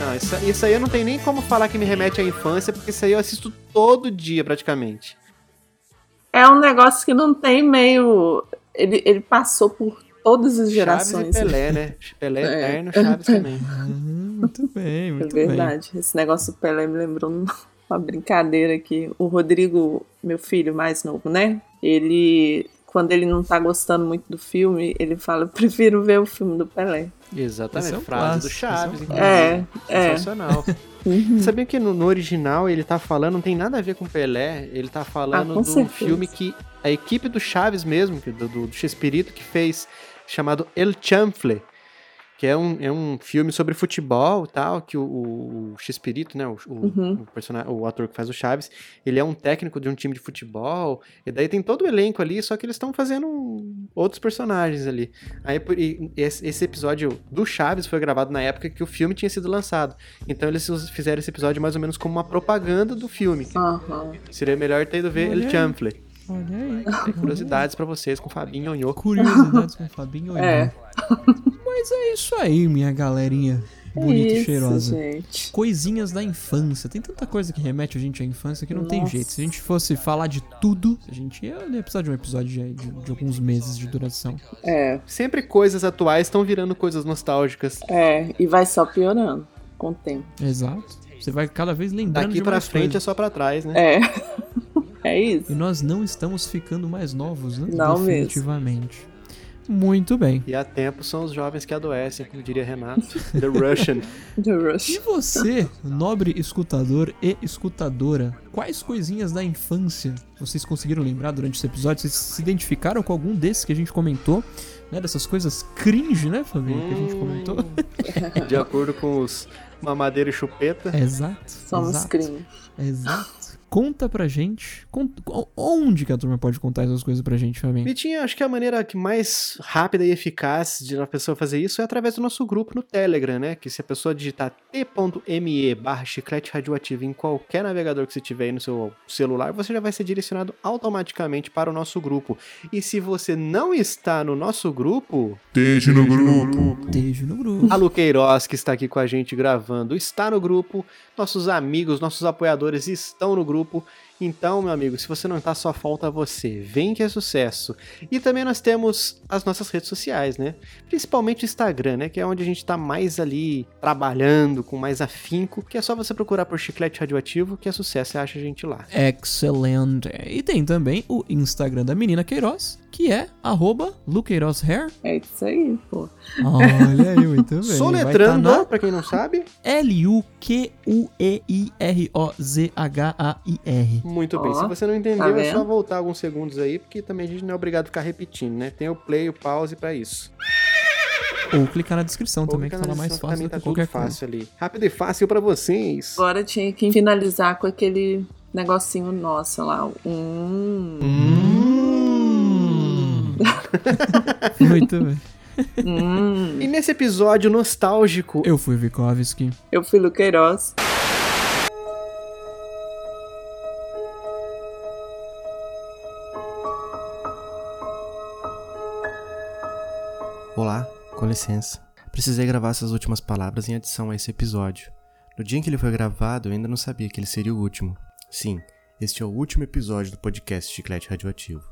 Speaker 3: Não, isso, isso aí eu não tenho nem como falar que me remete à infância, porque isso aí eu assisto todo dia, praticamente.
Speaker 4: É um negócio que não tem meio. Ele, ele passou por todas as
Speaker 3: Chaves
Speaker 4: gerações.
Speaker 3: e Pelé, né? Pelé
Speaker 4: É.
Speaker 3: eterno, Chaves também.
Speaker 2: Ah, muito bem,
Speaker 4: É
Speaker 2: muito bem.
Speaker 4: verdade. Esse negócio do Pelé me lembrou um- uma brincadeira que o Rodrigo, meu filho mais novo, né? Ele, quando ele não tá gostando muito do filme, ele fala: "Eu prefiro ver o filme do Pelé.
Speaker 3: Exatamente,
Speaker 2: Esse é um
Speaker 3: frase
Speaker 2: clássico,
Speaker 3: do
Speaker 2: esse é um
Speaker 3: Chaves.
Speaker 2: clássico.
Speaker 3: inclusive.
Speaker 4: É, é.
Speaker 3: Sensacional.
Speaker 4: Uhum.
Speaker 3: Sabia que no, no original ele tá falando, não tem nada a ver com Pelé, ele tá falando
Speaker 4: Ah,
Speaker 3: do
Speaker 4: com certeza.
Speaker 3: filme que a equipe do Chaves mesmo, que- do, do, do Chespirito, que fez, chamado El Chanfle, que é um, é um filme sobre futebol e tal, que o, o, o Chespirito, né, o, o,
Speaker 4: Uhum.
Speaker 3: o personagem, o ator que faz o Chaves, ele é um técnico de um time de futebol, e daí tem todo o elenco ali, só que eles estão fazendo um- outros personagens ali. Aí por- e esse esse episódio do Chaves foi gravado na época que o filme tinha sido lançado. Então eles us- fizeram esse episódio mais ou menos como uma propaganda do filme. que
Speaker 4: Aham.
Speaker 3: Seria melhor ter ido ver
Speaker 2: Olha
Speaker 3: El
Speaker 2: aí.
Speaker 3: Chanfle.
Speaker 2: Olha aí.
Speaker 3: Tem curiosidades pra vocês com o Fabinho Nhô.
Speaker 2: Curiosidades com o Fabinho
Speaker 4: É.
Speaker 2: Olhão. Mas é isso aí, minha galerinha. Bonita
Speaker 4: É Isso,
Speaker 2: e cheirosa.
Speaker 4: gente.
Speaker 2: Coisinhas da infância. Tem tanta coisa que remete a gente à infância que não tem
Speaker 4: Nossa.
Speaker 2: jeito. Se a gente fosse falar de tudo, a gente ia precisar de um episódio de, de- de alguns meses de duração.
Speaker 4: É,
Speaker 3: Sempre coisas atuais estão virando coisas
Speaker 2: Tá
Speaker 3: nostálgicas.
Speaker 4: é. E vai só piorando com o tempo.
Speaker 2: Exato. Você vai cada vez lembrando
Speaker 3: Daqui
Speaker 2: de
Speaker 3: pra
Speaker 2: mais
Speaker 3: frente é
Speaker 2: coisas.
Speaker 3: só pra trás, né?
Speaker 4: É. É isso.
Speaker 2: E nós não estamos ficando mais novos, né?
Speaker 4: Não mesmo.
Speaker 2: Definitivamente. Muito bem.
Speaker 3: E há tempo são os jovens que adoecem, como diria Renato. The Russian.
Speaker 4: The
Speaker 2: E
Speaker 4: Rush.
Speaker 2: você, nobre escutador e escutadora, quais coisinhas da infância vocês conseguiram lembrar durante esse episódio? Vocês se identificaram com algum desses que a gente comentou? Né, dessas coisas cringe, né, família? Que a gente comentou.
Speaker 3: Hum. De acordo com os mamadeira e chupeta.
Speaker 2: Exato.
Speaker 4: Somos
Speaker 2: exato,
Speaker 4: crime.
Speaker 2: Exato. Conta pra gente. con- o- onde que a turma pode contar essas coisas pra gente, família?
Speaker 3: Vitinho, acho que a maneira que mais rápida e eficaz de uma pessoa fazer isso é através do nosso grupo no Telegram, né? Que se a pessoa digitar t.me barra chiclete radioativo em qualquer navegador que você tiver aí no seu celular, você já vai ser direcionado automaticamente para o nosso grupo. E se você não está no nosso grupo,
Speaker 6: Esteja no grupo.
Speaker 2: Beijo no grupo.
Speaker 3: a Lu Queiroz, que está aqui com a gente gravando, está no grupo. Nossos amigos, nossos apoiadores estão no grupo. Então, meu amigo, se você não está, só falta você. Vem que é sucesso. E também nós temos as nossas redes sociais, né? Principalmente o Instagram, né? Que é onde a gente está mais ali trabalhando, com mais afinco. Que é só você procurar por Chiclete Radioativo, que é sucesso, você acha a gente
Speaker 2: Tá
Speaker 3: lá.
Speaker 2: Excelente. E tem também o Instagram da menina Queiroz, que é arroba LuqueirozHair.
Speaker 4: É isso aí, pô.
Speaker 2: Olha aí, muito bem.
Speaker 3: Soletrando,
Speaker 2: Vai tá
Speaker 3: pra quem não sabe.
Speaker 2: na L-U-Q-U-E-I-R-O-Z-H-A-I-R.
Speaker 3: Muito bem.
Speaker 4: Ó,
Speaker 3: Se você não entendeu,
Speaker 4: tá
Speaker 3: é só
Speaker 4: vendo?
Speaker 3: voltar alguns segundos aí, porque também a gente não é obrigado a ficar repetindo, né? Tem o play, o pause pra isso.
Speaker 2: Ou clicar na descrição
Speaker 3: Ou
Speaker 2: também, que tá lá
Speaker 3: canalização,
Speaker 2: mais
Speaker 3: que
Speaker 2: fácil
Speaker 3: também
Speaker 2: do
Speaker 3: tá
Speaker 2: que
Speaker 3: tudo
Speaker 2: qualquer coisa.
Speaker 3: fácil ali. Rápido e fácil pra vocês.
Speaker 4: Agora tinha que finalizar com aquele negocinho nosso lá. Hum.
Speaker 2: Muito bem.
Speaker 4: hum.
Speaker 3: E nesse episódio nostálgico,
Speaker 2: Eu fui Vikovski.
Speaker 4: Eu fui Luqueiroz.
Speaker 3: Olá, com licença. Precisei gravar essas últimas palavras em adição a esse episódio. No dia em que ele foi gravado, eu ainda não sabia que ele seria o último. Sim, este é o último episódio do podcast Chiclete Radioativo.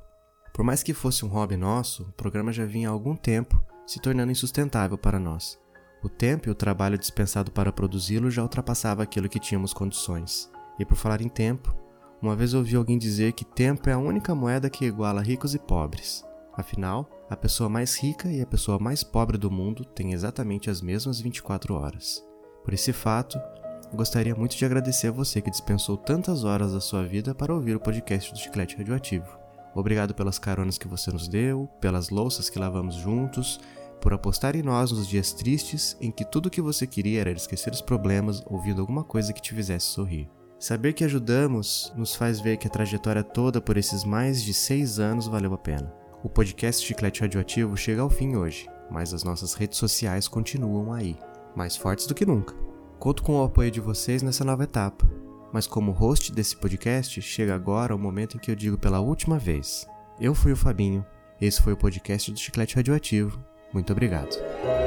Speaker 3: Por mais que fosse um hobby nosso, o programa já vinha há algum tempo se tornando insustentável para nós. O tempo e o trabalho dispensado para produzi-lo já ultrapassava aquilo que tínhamos condições. E por falar em tempo, uma vez ouvi alguém dizer que tempo é a única moeda que iguala ricos e pobres. Afinal, a pessoa mais rica e a pessoa mais pobre do mundo têm exatamente as mesmas 24 horas. Por esse fato, gostaria muito de agradecer a você que dispensou tantas horas da sua vida para ouvir o podcast do Chiclete Radioativo. Obrigado pelas caronas que você nos deu, pelas louças que lavamos juntos, por apostar em nós nos dias tristes em que tudo o que você queria era esquecer os problemas ouvindo alguma coisa que te fizesse sorrir. Saber que ajudamos nos faz ver que a trajetória toda por esses mais de seis anos valeu a pena. O podcast Chiclete Radioativo chega ao fim hoje, mas as nossas redes sociais continuam aí, mais fortes do que nunca. Conto com o apoio de vocês nessa nova etapa, mas como host desse podcast, chega agora o momento em que eu digo pela última vez: eu fui o Fabinho, esse foi o podcast do Chiclete Radioativo. Muito obrigado.